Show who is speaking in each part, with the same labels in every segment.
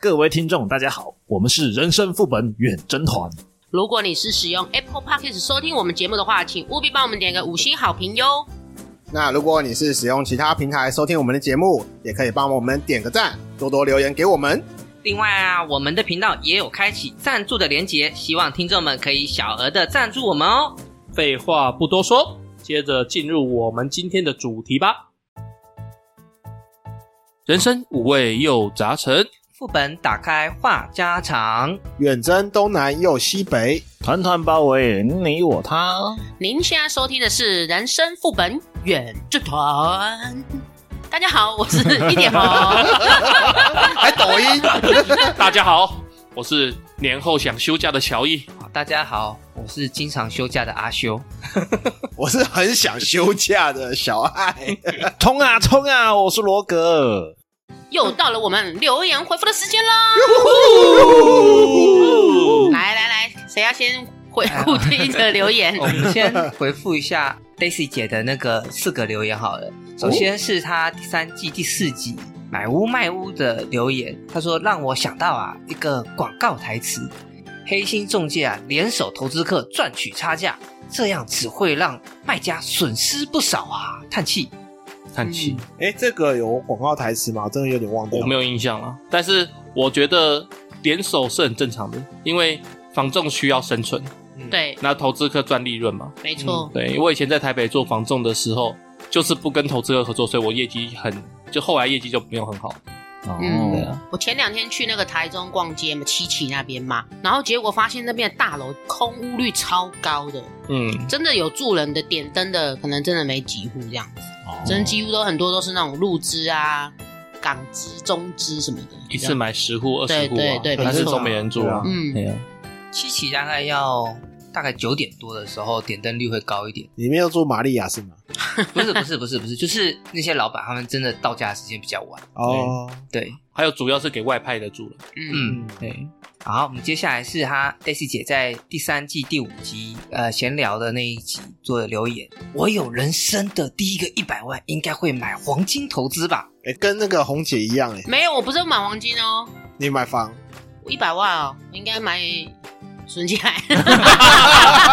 Speaker 1: 各位听众，大家好，我们是人生副本远征团。
Speaker 2: 如果你是使用 Apple Podcast 收听我们节目的话，请务必帮我们点个五星好评哟。
Speaker 3: 那如果你是使用其他平台收听我们的节目，也可以帮我们点个赞，多多留言给我们。
Speaker 4: 另外啊，我们的频道也有开启赞助的连结，希望听众们可以小额的赞助我们哦。
Speaker 5: 废话不多说，接着进入我们今天的主题吧。人生五味又杂陈，
Speaker 4: 副本打开话家常，
Speaker 3: 远征东南又西北，
Speaker 1: 团团包围你我他，
Speaker 2: 您现在收听的是《人生副本远征团》。大家好，我是一点红。
Speaker 3: 还抖音，
Speaker 5: 大家好，我是年后想休假的乔伊。
Speaker 4: 好大家好，我是经常休假的阿修。
Speaker 3: 我是很想休假的小爱。
Speaker 1: 冲啊冲啊！我是罗格。
Speaker 2: 又到了我们留言回复的时间啦！来来来，谁要先回复第一则留言？
Speaker 4: 我们先回复一下 Daisy 姐的那个四个留言好了。首先是她第三季第四集买屋卖屋的留言，她说让我想到啊一个广告台词：黑心中介啊联手投资客赚取差价，这样只会让卖家损失不少啊！叹气，
Speaker 5: 叹气，
Speaker 3: 哎、这个有广告台词吗？我真的有点忘掉。
Speaker 5: 嗯我没有印象了，但是我觉得联手是很正常的，因为房仲需要生存，
Speaker 2: 对，
Speaker 5: 那投资客赚利润嘛。嗯
Speaker 2: 没错，
Speaker 5: 对，我以前在台北做房仲的时候，就是不跟投资客合作，所以我业绩很，就后来业绩就没有很好。
Speaker 1: 哦
Speaker 2: 嗯
Speaker 5: 对啊，
Speaker 2: 我前两天去那个台中逛街嘛，七期那边嘛，然后结果发现那边的大楼空屋率超高的，
Speaker 5: 嗯，
Speaker 2: 真的有住人的点灯的，可能真的没几户这样子，
Speaker 1: 哦
Speaker 2: 真的几乎都很多都是那种入资啊、港资、中资什么的。
Speaker 5: 一次买十户、二
Speaker 2: 对
Speaker 5: 十户啊，
Speaker 2: 对对
Speaker 5: 但是
Speaker 2: 没错
Speaker 5: 都没人住啊。
Speaker 2: 嗯，
Speaker 5: 对啊，
Speaker 4: 七期大概要大概九点多的时候点灯率会高一点。
Speaker 3: 你没有做玛利亚是吗？
Speaker 4: 不是不是不是不是，就是那些老板他们真的到家的时间比较晚。
Speaker 3: 哦，
Speaker 4: 对，
Speaker 5: 还有主要是给外派的 住了。
Speaker 2: 嗯，
Speaker 4: 嗯，对。好，我们接下来是他 Daisy 姐在第三季第五集呃闲聊的那一集做的留言。我有人生的第一个一百万，应该会买黄金投资吧？
Speaker 3: 哎、跟那个红姐一样、哎，
Speaker 2: 没有，我不是买黄金哦，
Speaker 3: 你买房，
Speaker 2: 我一百万哦，我应该买存起来。
Speaker 5: 嗯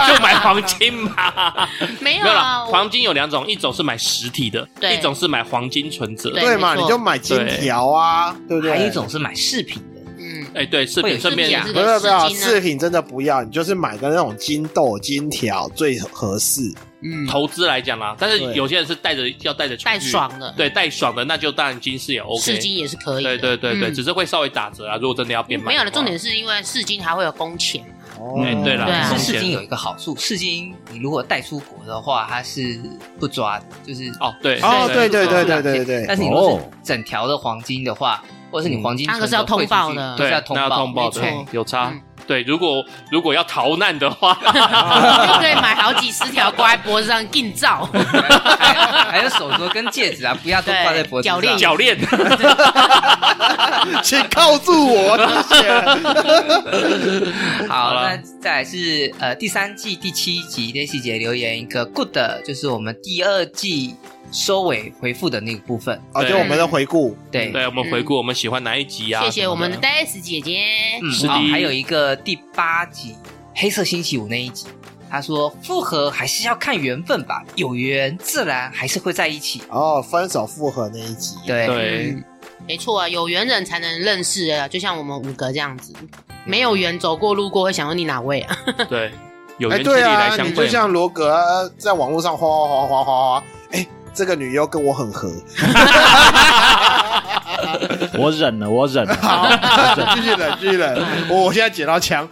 Speaker 5: 就买黄金吧。
Speaker 2: 没有
Speaker 5: 没有啦，
Speaker 2: 啊，我
Speaker 5: 黄金有两种，一种是买实体的，
Speaker 2: 对
Speaker 5: 一种是买黄金存折。
Speaker 2: 对
Speaker 3: 嘛？
Speaker 2: 没
Speaker 3: 你
Speaker 2: 错
Speaker 3: 就买金条啊，对不对？
Speaker 4: 还有一种是买饰品的，
Speaker 2: 嗯，
Speaker 5: 哎，对，是
Speaker 4: 会有
Speaker 5: 顺
Speaker 2: 顺便
Speaker 5: 便
Speaker 2: 也是
Speaker 3: 没有没有，
Speaker 2: 这个
Speaker 3: 饰品真的不要，你就是买个那种金豆、金条最合适。
Speaker 2: 嗯，
Speaker 5: 投资来讲啦，但是
Speaker 3: 对
Speaker 5: 有些人是带着要带着出去
Speaker 2: 带，爽的，
Speaker 5: 对，带爽的那就当然金饰也 OK，
Speaker 2: 试金也是可以的。
Speaker 5: 对对对对，
Speaker 2: 嗯
Speaker 5: 只是会稍微打折啊。如果真的要变卖，
Speaker 2: 没有了，重点。是因为试金还会有工钱，
Speaker 3: 哦
Speaker 5: 哎对啦
Speaker 2: 对啊
Speaker 4: 可
Speaker 2: 风
Speaker 4: 是
Speaker 5: 险
Speaker 4: 市金有一个好处，市金你如果带出国的话，它是不抓的，就是
Speaker 5: 哦，对，
Speaker 3: 哦，对对对对对对，
Speaker 4: 但是你如果
Speaker 1: 哦
Speaker 4: 是整条的黄金的话，或者是你黄金
Speaker 2: 嗯嗯那个
Speaker 4: 存
Speaker 2: 是要
Speaker 4: 折汇
Speaker 2: 通
Speaker 4: 出去，
Speaker 2: 报的
Speaker 4: 对，
Speaker 5: 对
Speaker 4: 是要，通
Speaker 5: 那要
Speaker 4: 报
Speaker 5: 通报
Speaker 2: 没
Speaker 5: 的
Speaker 2: 错
Speaker 5: 有差
Speaker 2: 嗯。
Speaker 5: 对，如果如果要逃难的话，
Speaker 2: 就可以买好几十条挂在脖子上硬 照。
Speaker 4: 还还有手镯跟戒指啊，不要都挂在脖子上。
Speaker 2: 对脚链
Speaker 5: 脚链
Speaker 3: 请告诉我，谢谢。
Speaker 4: 好，
Speaker 5: 好
Speaker 4: 那
Speaker 5: 了
Speaker 4: 再来是呃第三季第七集 Daisy 姐留言一个 good，就是我们第二季收尾回复的那个部分。
Speaker 3: 哦，就我们的回顾，
Speaker 4: 对，
Speaker 5: 对，我们回顾我们喜欢哪一集啊？
Speaker 2: 谢谢我们的
Speaker 5: 什么的
Speaker 2: Daisy 姐姐，
Speaker 4: 嗯，
Speaker 5: 是的
Speaker 4: 好，还有一个第八集黑色星期五那一集，他说复合还是要看缘分吧，有缘自然还是会在一起。
Speaker 3: 哦，分手复合那一集，
Speaker 4: 对，
Speaker 5: 对，
Speaker 2: 嗯没错啊，有缘人才能认识啊，就像我们五个这样子，没有缘走过路过会想问你哪位啊？
Speaker 5: 对，有
Speaker 3: 哎，
Speaker 5: 缘千里
Speaker 3: 对
Speaker 5: 来
Speaker 3: 啊，
Speaker 5: 相
Speaker 3: 你就
Speaker 5: 会嘛。
Speaker 3: 像罗格呃在网络上哗哗哗哗哗哗，哎，这个女优跟我很合，
Speaker 1: 我忍了，我忍了。
Speaker 3: 好， 继续忍，继续忍，我我现在捡到枪。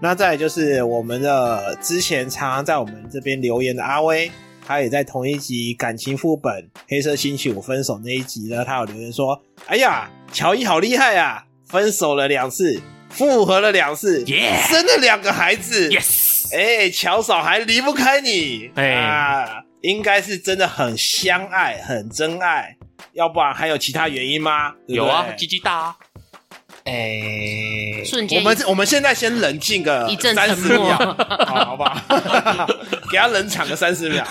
Speaker 3: 那再来就是我们的之前常常在我们这边留言的阿威，他也在同一集感情副本黑色星期五分手那一集呢，他有留言说：“哎呀，乔伊好厉害啊，分手了两次，复合了两次
Speaker 5: Yeah
Speaker 3: 生了两个孩子。
Speaker 5: Yes，
Speaker 3: 哎、乔嫂还离不开你，
Speaker 5: 哎
Speaker 3: 啊，应该是真的很相爱，很真爱，要不然还有其他原因吗？对不
Speaker 5: 有啊，
Speaker 3: 对
Speaker 5: 鸡鸡大啊，
Speaker 4: 哎，
Speaker 2: 瞬
Speaker 3: 我
Speaker 2: 间
Speaker 3: 们我们现在先冷静个
Speaker 2: 一阵
Speaker 3: 三
Speaker 2: 沉
Speaker 3: 十
Speaker 2: 默
Speaker 3: 秒，，好好不好？给他冷场个三十秒。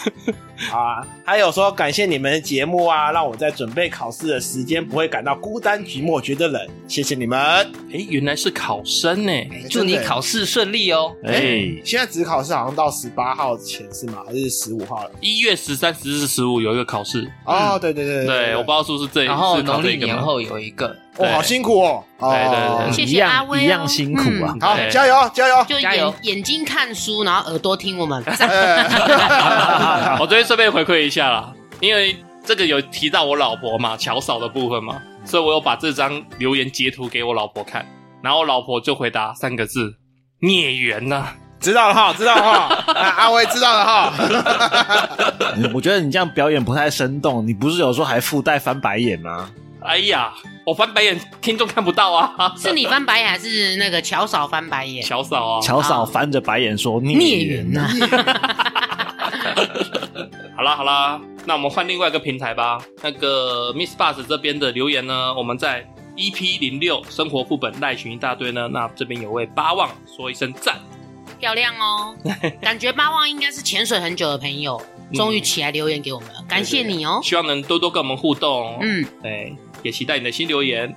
Speaker 6: 好啊，还有说感谢你们的节目啊，让我在准备考试的时间不会感到孤单寂寞，觉得冷。谢谢你们。
Speaker 5: 哎，原来是考生呢。
Speaker 4: 哎祝你考试顺利哦。
Speaker 5: 哎，
Speaker 6: 现在只考试好像到十八号前是吗？还是十五号了？
Speaker 5: 一月十三、十四、十五有一个考试，
Speaker 6: 哦，对对对
Speaker 5: 嗯对，我不知道是不是这，
Speaker 4: 然后
Speaker 5: 是考
Speaker 4: 农
Speaker 5: 这
Speaker 4: 历
Speaker 5: 一个
Speaker 4: 年
Speaker 5: 吗，
Speaker 4: 后有一个，
Speaker 6: 哦，好辛苦哦。哦
Speaker 5: 对对
Speaker 3: 哎
Speaker 5: 对
Speaker 2: 谢
Speaker 1: 一
Speaker 2: 谢阿
Speaker 1: 样
Speaker 2: 威哦
Speaker 1: 一样辛苦啊。
Speaker 6: 好
Speaker 5: 对，
Speaker 6: 加油加油！
Speaker 2: 就
Speaker 4: 加油
Speaker 2: 眼眼睛看书，然后耳朵听我们。
Speaker 6: 哎
Speaker 5: 我这边顺便回馈一下啦，因为这个有提到我老婆嘛，乔嫂的部分嘛，所以我有把这张留言截图给我老婆看，然后我老婆就回答三个字：孽缘呐、
Speaker 6: 知道了哈，知道了哈， 啊阿威知道了 哈。
Speaker 1: 嗯我觉得你这样表演不太生动，你不是有时候还附带翻白眼吗？
Speaker 5: 哎呀，我翻白眼，听众看不 到啊。
Speaker 2: 是你翻白眼还是那个乔嫂翻白眼？
Speaker 5: 乔嫂啊，
Speaker 1: 乔嫂翻着白眼说：“
Speaker 2: 孽
Speaker 1: 孽
Speaker 2: 缘
Speaker 1: 缘
Speaker 2: 呐
Speaker 1: 啊，！
Speaker 5: 好啦好啦，那我们换另外一个平台吧。那个 Miss Bus 这边的留言呢，我们在 EP 零六生活副本赖群一大堆呢。那这边有位八望说一声赞，
Speaker 2: 漂亮哦，感觉八望应该是潜水很久的朋友，终于起来留言给我们了，感谢你哦。
Speaker 5: 希望能多多跟我们互动。
Speaker 2: 嗯，
Speaker 5: 对，也期待你的新留言。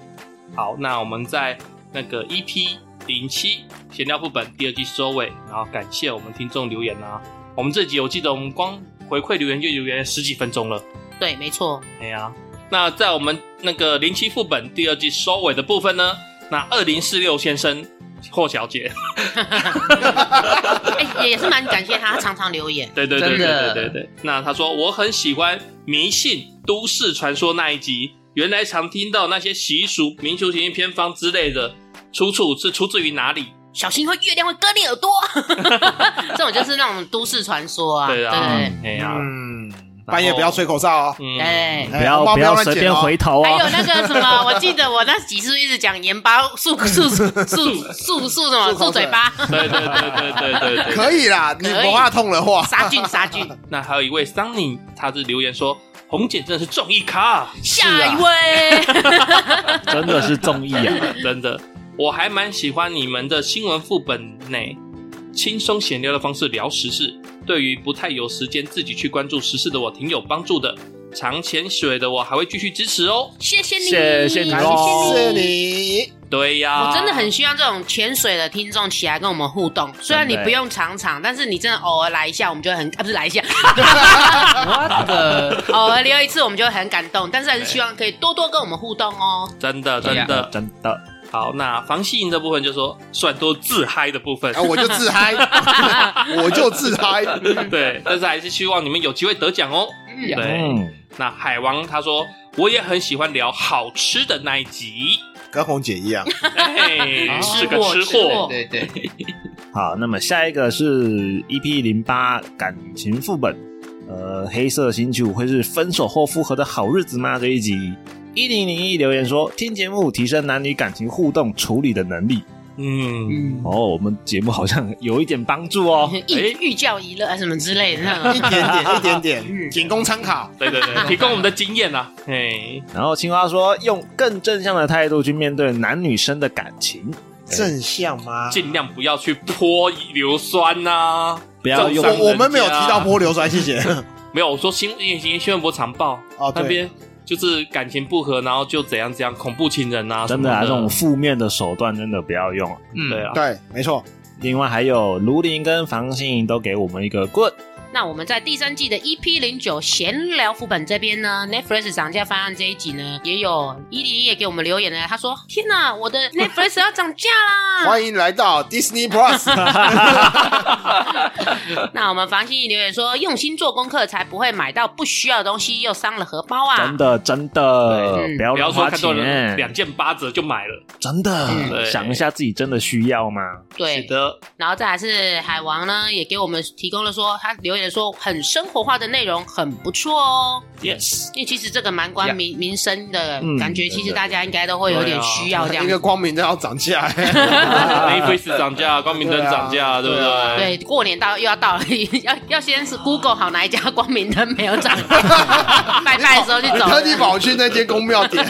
Speaker 5: 好，那我们在那个 EP 零七闲聊副本第二季收尾，然后感谢我们听众留言啊。我们这集我记得我们光回馈留言就留言十几分钟了。
Speaker 2: 对，没错，
Speaker 5: 哎呀，那在我们那个零七副本第二季收尾的部分呢，那二零四六先生霍小姐，
Speaker 2: 哎、也是蛮感谢他，他常常留言。
Speaker 5: 对对对
Speaker 4: 真
Speaker 5: 对
Speaker 4: 的
Speaker 5: 对对对。那他说我很喜欢迷信都市传说那一集，原来常听到那些习俗、民俗情偏方之类的，出处是出自于哪里？
Speaker 2: 小心会月亮会割你耳朵， 这种就是那种都市传说啊，
Speaker 5: 对
Speaker 2: 对
Speaker 5: 啊
Speaker 2: 对，
Speaker 5: 哎呀，
Speaker 6: 嗯，半夜不要吹口哨哦。
Speaker 5: 嗯
Speaker 2: 对。，哎
Speaker 1: 不
Speaker 6: 哎红
Speaker 1: 要
Speaker 6: 包
Speaker 1: 不
Speaker 6: 不要
Speaker 1: 要
Speaker 6: 乱
Speaker 1: 随
Speaker 6: 捡
Speaker 1: 便
Speaker 6: 哦
Speaker 1: 回头
Speaker 2: 还
Speaker 1: 啊
Speaker 2: 有那个什么，我记得我那几次一直讲盐巴漱漱漱漱漱什么
Speaker 6: 漱口
Speaker 2: 漱嘴巴，
Speaker 5: 对对对对对对对。
Speaker 6: 可以啦，你
Speaker 2: 以
Speaker 6: 不怕痛的话，
Speaker 2: 杀菌杀菌。
Speaker 5: 那还有一位桑尼，他是留言说红姐真的是综艺咖啊、
Speaker 2: 下一位，
Speaker 1: 真的是综艺啊！
Speaker 5: 真的，我还蛮喜欢你们的新闻副本呢，轻松闲聊的方式聊时事，对于不太有时间自己去关注时事的我挺有帮助的。常潜水的我还会继续支持哦。
Speaker 2: 谢谢你，
Speaker 1: 谢谢你
Speaker 2: 谢
Speaker 1: 哦
Speaker 6: 是
Speaker 2: 你。
Speaker 6: 你。
Speaker 5: 对呀、
Speaker 2: 我真的很希望这种潜水的听众起来跟我们互动，虽然你
Speaker 1: 真的
Speaker 2: 不用常常，但是你真的偶尔来一下，我们就会很啊 不是来一下，
Speaker 4: 我的
Speaker 2: 偶尔留一次，我们就会很感动。但是还是希望可以多多跟我们互动哦。
Speaker 5: 真的真
Speaker 4: 对呀
Speaker 5: 的
Speaker 1: 真的，
Speaker 5: 好。那防吸引这部分就说算多自嗨的部分
Speaker 6: 啊，， 我就自嗨，我就自嗨。
Speaker 5: 对，但是还是希望你们有机会得奖哦。
Speaker 2: 嗯
Speaker 5: 对，
Speaker 1: 嗯，
Speaker 5: 那海王他说我也很喜欢聊好吃的那一 集，
Speaker 6: 跟红姐一样，
Speaker 5: 哎，是个
Speaker 2: 吃货
Speaker 5: 吃货，
Speaker 4: 对对对，
Speaker 1: 好，那么下一个是 EP 零八感情副本，呃，黑色星期五会是分手后复合的好日子吗？这一集一零零一留言说，听节目提升男女感情互动处理的能力。
Speaker 5: 嗯，
Speaker 2: 嗯，
Speaker 1: 哦，我们节目好像有一点帮助 哦。
Speaker 2: 寓寓教于乐啊什么之类的那种
Speaker 6: 一点点，一点点，
Speaker 2: 嗯
Speaker 6: 仅供参考。
Speaker 5: 对对对，提供我们的经验啊，哎。
Speaker 1: 然后青蛙说，用更正向的态度去面对男女生的感情，
Speaker 6: 正向吗？
Speaker 5: 尽量不要去泼硫酸啊呐、
Speaker 1: 不要
Speaker 5: 这
Speaker 1: 用
Speaker 5: 种
Speaker 6: 我我们没有提到泼硫酸，谢 谢。
Speaker 5: 没有，我说新因为新新闻博常报
Speaker 6: 哦，
Speaker 5: 那
Speaker 6: 对，
Speaker 5: 边就是感情不和，然后就怎样怎样，恐怖情人啊，
Speaker 1: 真的啊，
Speaker 5: 什
Speaker 1: 这
Speaker 5: 么
Speaker 1: 种负面的手段真的不要用。
Speaker 4: 嗯
Speaker 5: 对啊，
Speaker 6: 对，没错。
Speaker 1: 另外还有卢林跟房心莹都给我们一个 good，
Speaker 2: 那我们在第三季的 EP 零九闲聊副本这边呢，Netflix 涨价方案这一集呢，也有伊林也给我们留言了，他说：“天哪，我的 Netflix 要涨价 啦
Speaker 6: 欢迎来到 Disney Plus，！”
Speaker 2: 那我们房心怡留言说：“用心做功课才不会买到不需要的东西，又伤了荷包啊
Speaker 1: 真的真的
Speaker 2: 对嗯
Speaker 1: 不要
Speaker 5: 不要
Speaker 1: 乱
Speaker 5: 说
Speaker 1: 花
Speaker 5: 看到人两
Speaker 1: 钱，
Speaker 5: 件八折就买了，
Speaker 1: 真的
Speaker 2: 嗯
Speaker 5: 对
Speaker 1: 想一下自己真的需要吗？！”
Speaker 5: 是
Speaker 2: 对，
Speaker 5: 的，
Speaker 2: 然后再来是海王呢，也给我们提供了说，他留言说很生活化的内容很不错哦。
Speaker 5: ，yes，
Speaker 2: 因为其实这个蛮关民民生的
Speaker 1: 嗯
Speaker 2: 感觉，
Speaker 1: 真的
Speaker 2: 其实大家应该都会有点需
Speaker 1: 啊
Speaker 2: 要这样
Speaker 6: 一
Speaker 2: 子
Speaker 6: 个光明都要涨价。
Speaker 5: Netflix 涨价，光明灯涨价，对
Speaker 6: 对
Speaker 5: 不
Speaker 6: 啊
Speaker 5: 对？
Speaker 2: 对，过年到又要到了， 要要先是 Google 好哪一家光明灯没有 涨价，拜拜的时候去找
Speaker 6: 特地
Speaker 2: 人。
Speaker 6: 跑去那间公庙点，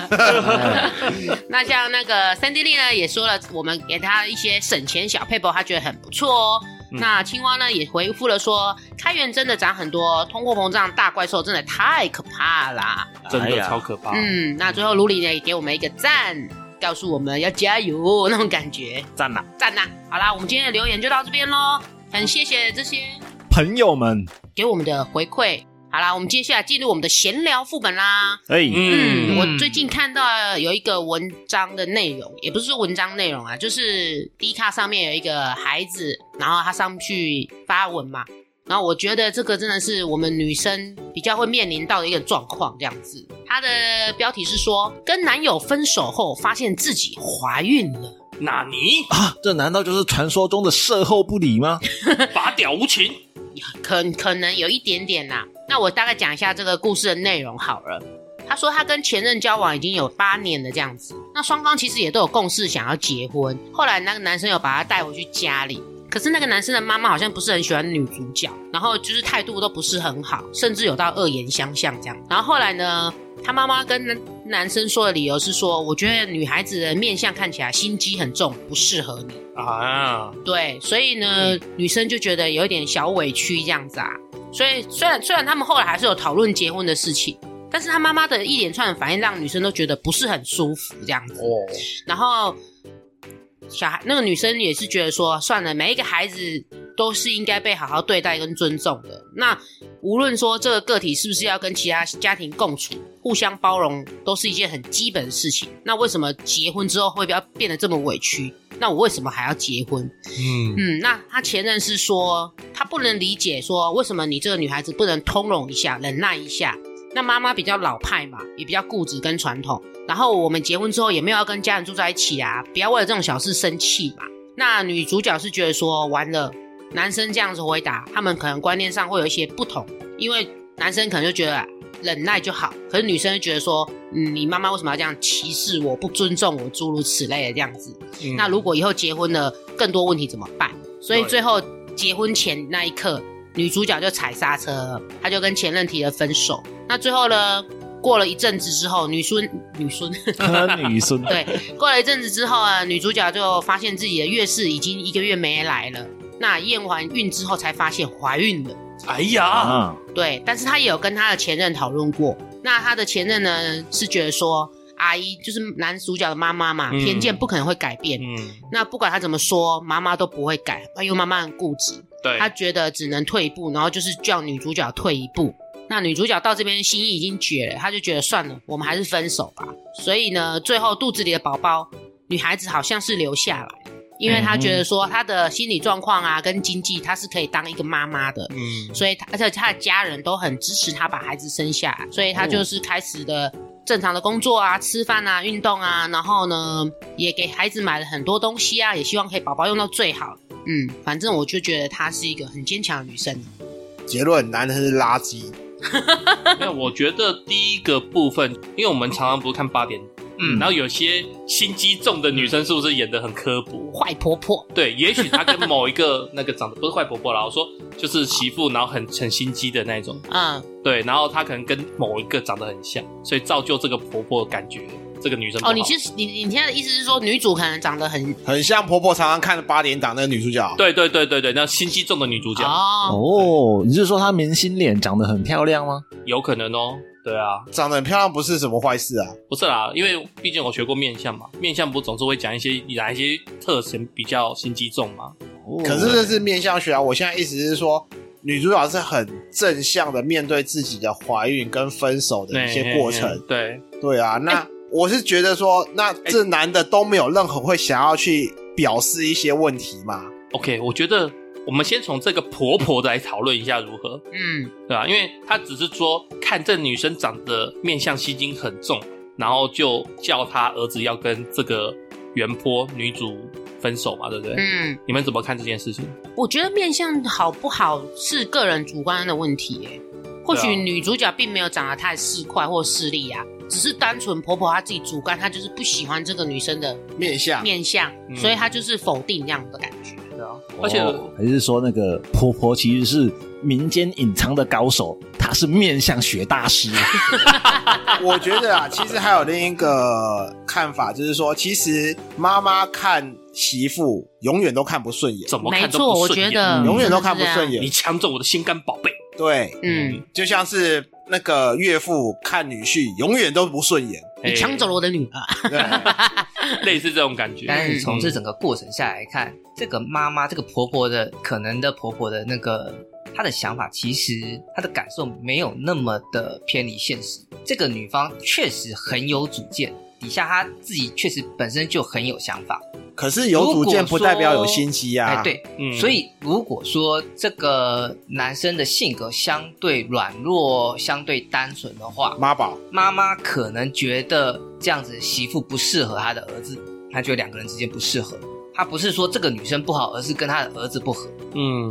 Speaker 2: 那像那个 Sandy Lee 呢，也说了，我们给他一些省钱小 paper，他觉得很不错哦。
Speaker 5: 嗯
Speaker 2: 那青蛙呢也回复了说，开源真的涨很多，通货膨胀大怪兽真的太可怕啦。
Speaker 5: 真
Speaker 1: 哎
Speaker 5: 的
Speaker 1: 呀
Speaker 5: 超可怕。
Speaker 2: 嗯，那最后卢里呢也给我们一个赞，告诉我们要加油那种感觉，
Speaker 1: 赞啦，
Speaker 2: 赞呐、好啦，我们今天的留言就到这边喽，很谢谢这些
Speaker 1: 朋友们，
Speaker 2: 给我们的回馈。好啦，我们接下来进入我们的闲聊副本啦。
Speaker 1: 哎、
Speaker 2: 嗯，
Speaker 5: 嗯，
Speaker 2: 我最近看到有一个文章的内容，也不是说文章内容啊，就是 D 卡上面有一个孩子，然后他上去发文嘛，然后我觉得这个真的是我们女生比较会面临到的一个状况，这样子。她的标题是说，跟男友分手后发现自己怀孕了，
Speaker 5: 纳尼
Speaker 1: 啊，这难道就是传说中的售后不理吗？
Speaker 5: 拔屌无情，
Speaker 2: 可可能有一点点啦、那我大概讲一下这个故事的内容好了。她说她跟前任交往已经有八年了这样子，那双方其实也都有共识想要结婚。后来那个男生有把她带回去家里，可是那个男生的妈妈好像不是很喜欢女主角，然后就是态度都不是很好，甚至有到恶言相向这样。然后后来呢，她妈妈跟男男生说的理由是说，我觉得女孩子的面相看起来心机很重，不适合你。
Speaker 5: 啊，
Speaker 2: 对，所以呢，女生就觉得有点小委屈这样子啊。所以虽然虽然他们后来还是有讨论结婚的事情，但是他妈妈的一连串的反应让女生都觉得不是很舒服这样子。
Speaker 5: 哦，
Speaker 2: 然后小孩那个女生也是觉得说，算了，每一个孩子都是应该被好好对待跟尊重的。那无论说这个个体是不是要跟其他家庭共处，互相包容，都是一件很基本的事情。那为什么结婚之后会要变得这么委屈？那我为什么还要结婚？
Speaker 5: 嗯，
Speaker 2: 嗯，那他前任是说他不能理解，说为什么你这个女孩子不能通融一下、忍耐一下？那妈妈比较老派嘛，也比较固执跟传统。然后我们结婚之后也没有要跟家人住在一起啊，不要为了这种小事生气嘛。那女主角是觉得说完了，男生这样子回答，他们可能观念上会有一些不同，因为男生可能就觉得忍耐就好，可是女生就觉得说，嗯，你妈妈为什么要这样歧视我、不尊重我，诸如此类的这样子。
Speaker 5: 嗯
Speaker 2: 那如果以后结婚了，更多问题怎么办？所以
Speaker 5: 对
Speaker 2: 最后结婚前那一刻，女主角就踩刹车了，她就跟前任提了分手。那最后呢，过了一阵子之后，女孙女孙
Speaker 1: 女孙，
Speaker 2: 对，过了一阵子之后啊，女主角就发现自己的月事已经一个月没来了。那验完孕之后才发现怀孕了。
Speaker 5: 哎呀，
Speaker 1: 啊，
Speaker 2: 对，但是她也有跟她的前任讨论过。那她的前任呢，是觉得说，阿姨就是男主角的妈妈嘛，
Speaker 5: 嗯
Speaker 2: 偏见不可能会改变，
Speaker 5: 嗯，
Speaker 2: 那不管他怎么说，妈妈都不会改，因为妈妈很固执，
Speaker 5: 对，
Speaker 2: 她觉得只能退一步，然后就是叫女主角退一步。那女主角到这边心意已经绝了，她就觉得算了，我们还是分手吧。所以呢，最后肚子里的宝宝，女孩子好像是留下来，因为她觉得说她的心理状况啊跟经济，她是可以当一个妈妈的。
Speaker 5: 嗯，
Speaker 2: 所以她而且她的家人都很支持她把孩子生下来，所以她就是开始的正常的工作啊、吃饭啊、运动啊，然后呢也给孩子买了很多东西啊，也希望可以宝宝用到最好。嗯，反正我就觉得她是一个很坚强的女生。
Speaker 6: 结论男人是垃圾，
Speaker 5: 那我觉得第一个部分，因为我们常常不是看八点，
Speaker 4: 嗯
Speaker 5: 然后有些心机重的女生是不是演的很刻薄？
Speaker 2: 坏婆婆，
Speaker 5: 对，也许她跟某一个那个长得不是坏婆婆啦，我说就是媳妇，然后很很心机的那种。
Speaker 2: 嗯，
Speaker 5: 对，然后她可能跟某一个长得很像，所以造就这个婆婆的感觉，这个女生不好
Speaker 2: 哦，你其实你你现在的意思是说，女主可能长得很
Speaker 6: 很像婆婆常常看的八点档那个女主角。
Speaker 5: 对对对对对，那心机重的女主角、
Speaker 2: 哦，
Speaker 1: 哦，你是说她明星脸长得很漂亮吗？
Speaker 5: 有可能哦。对啊，
Speaker 6: 长得很漂亮不是什么坏事啊，
Speaker 5: 不是啦，因为毕竟我学过面相嘛，面相不总是会讲一些哪一些特神比较心机重嘛。
Speaker 1: 哦
Speaker 6: 可是这是面相学啊。我现在意思是说，女主角是很正向的面对自己的怀孕跟分手的一些过程。
Speaker 5: 对，
Speaker 6: 对啊，
Speaker 2: 哎
Speaker 6: 那我是觉得说，那这男的都没有任何会想要去表示一些问题嘛。
Speaker 5: OK，我觉得我们先从这个婆婆的来讨论一下如何，
Speaker 2: 嗯，
Speaker 5: 对吧、因为她只是说看这女生长得面相吸睛很重，然后就叫她儿子要跟这个原坡女主分手嘛，对不对？
Speaker 2: 嗯，
Speaker 5: 你们怎么看这件事情？
Speaker 2: 我觉得面相好不好是个人主观的问题耶、或许
Speaker 5: 对啊
Speaker 2: 女主角并没有长得太市侩或势利啊，只是单纯婆婆她自己主观，她就是不喜欢这个女生的
Speaker 6: 面相
Speaker 2: 面相，
Speaker 5: 嗯啊
Speaker 2: 所以她就是否定这样的感觉。
Speaker 5: 而且、
Speaker 1: 哦还是说那个婆婆其实是民间隐藏的高手，他是面向学大师，
Speaker 3: 我觉得啊，其实还有另一个看法，就是说，其实妈妈看媳妇永远都看不顺眼，
Speaker 5: 怎么
Speaker 2: 没
Speaker 5: 看都
Speaker 2: 错，我觉
Speaker 5: 不顺眼，
Speaker 2: 得
Speaker 3: 嗯永远都看不
Speaker 2: 嗯就是啊
Speaker 3: 顺
Speaker 5: 你
Speaker 3: 眼。
Speaker 5: 抢走我的心肝宝贝，
Speaker 3: 对，
Speaker 2: 这样。嗯，
Speaker 3: 就像是那个岳父看女婿永远都不顺眼。
Speaker 2: 你抢走了我的女 儿，
Speaker 3: 对，
Speaker 5: 嗯哎类似这种感觉。嗯
Speaker 4: 但是从这整个过程下来看，这个妈妈、这个婆婆的可能的婆婆的那个她的想法，其实她的感受没有那么的偏离现实。这个女方确实很有主见，底下她自己确实本身就很有想法。
Speaker 3: 可是有主见不代表有心机
Speaker 4: 哎、
Speaker 3: 啊。
Speaker 4: 对，
Speaker 5: 嗯
Speaker 4: 所以如果说这个男生的性格相对软弱、相对单纯的话，
Speaker 3: 妈宝，
Speaker 4: 妈妈可能觉得这样子媳妇不适合她的儿子，她觉得两个人之间不适合。她不是说这个女生不好，而是跟她的儿子不合。
Speaker 5: 嗯，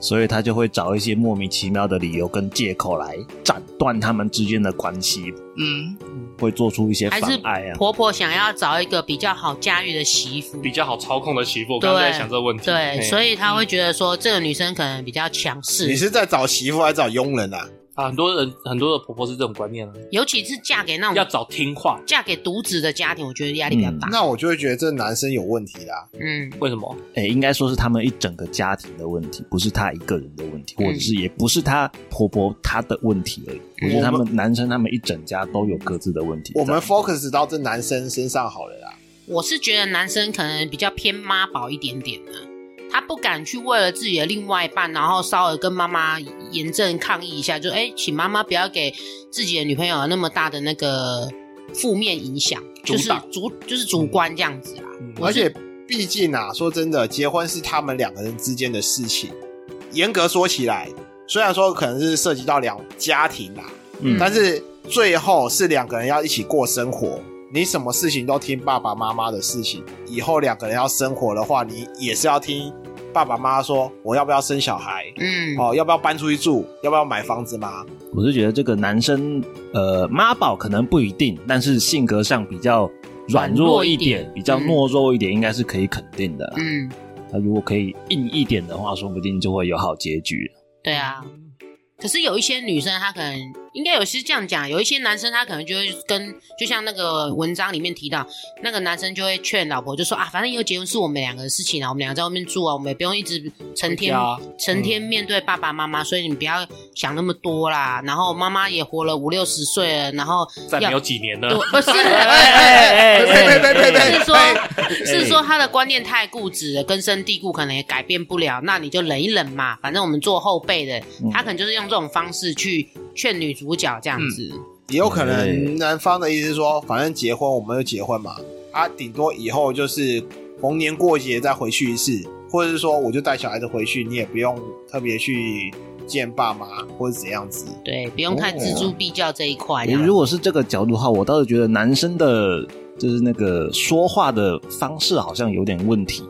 Speaker 1: 所以他就会找一些莫名其妙的理由跟借口来斩断他们之间的关系，
Speaker 4: 嗯，
Speaker 1: 会做出一些
Speaker 2: 还
Speaker 1: 妨
Speaker 2: 是
Speaker 1: 碍啊。
Speaker 2: 婆婆想要找一个比较好驾驭的媳妇，
Speaker 5: 比较哎好操控的媳妇，我刚刚在想这个问题。
Speaker 2: 对，所
Speaker 5: 以
Speaker 2: 以她会觉得说这个女生可能比较强势，
Speaker 3: 你是在找媳妇还是找佣人啊？
Speaker 5: 啊，很多人很多的婆婆是这种观念啊，
Speaker 2: 尤其是嫁给那
Speaker 5: 要
Speaker 2: 种
Speaker 5: 找听话。
Speaker 2: 嫁给独子的家庭，我觉得压力比较大。
Speaker 3: 那我就会觉得这男生有问题啦。
Speaker 2: 嗯，
Speaker 5: 为什么？
Speaker 1: 哎、应该说是他们一整个家庭的问题，不是他一个人的问题，或者是也不是他婆婆她的问题而已。我觉得他们男生他们一整家都有各自的问题在。
Speaker 3: 我们 focus 到这男生身上好了啦。
Speaker 2: 我是觉得男生可能比较偏妈宝一点点的，他不敢去为了自己的另外一半，然后稍微跟妈妈严正抗议一下，就哎、请妈妈不要给自己的女朋友那么大的那个负面影响，就是
Speaker 5: 阻挡
Speaker 2: 主就是主观这样子啊。
Speaker 5: 嗯
Speaker 3: 而且毕竟啊，说真的，结婚是他们两个人之间的事情。严格说起来，虽然说可能是涉及到两家庭啦、
Speaker 1: 嗯
Speaker 3: 但是最后是两个人要一起过生活。你什么事情都听爸爸妈妈的事情，以后两个人要生活的话，你也是要听爸爸妈妈说我要不要生小孩，
Speaker 2: 嗯，
Speaker 3: 哦，要不要搬出去住，要不要买房子嘛？
Speaker 1: 我是觉得这个男生，呃，妈宝可能不一定，但是性格上比较软弱一点，
Speaker 2: 软弱一点
Speaker 1: 比较懦弱一点，应该是可以肯定的啦。
Speaker 3: 哦
Speaker 2: 嗯，
Speaker 1: 他如果可以硬一点的话，说不定就会有好结局。
Speaker 2: 对啊。可是有一些女生，她可能应该有些这样讲，有一些男生他可能就会跟，就像那个文章里面提到，那个男生就会劝老婆，就说啊，反正以后结婚是我们两个的事情啊，我们两个在外面住啊，我们也不用一直成天、
Speaker 5: 回家
Speaker 2: 成天面对爸爸妈妈，所以你不要想那么多啦。然后妈妈也活了五六十岁了，然后
Speaker 5: 再没
Speaker 2: 要
Speaker 5: 有几年呢
Speaker 2: 对，不是。
Speaker 1: 哎
Speaker 3: 呸呸呸呸呸
Speaker 2: 是说，是说他的观念太固执了，根深蒂固，可能也改变不了。那你就忍一忍嘛，反正我们做后辈的，他可能就是用这种方式去劝女主角这样子。
Speaker 3: 也有可
Speaker 1: 嗯
Speaker 3: 能男方的意思是说，反正结婚我们就结婚嘛，啊，顶多以后就是逢年过节再回去一次，或者是说我就带小孩子回去，你也不用特别去见爸妈或者怎样子。
Speaker 2: 对，不用太锱铢必较这一块
Speaker 1: 你
Speaker 2: 啦。
Speaker 1: 哎如果是这个角度的话，我倒是觉得男生的，就是那个说话的方式好像有点问题。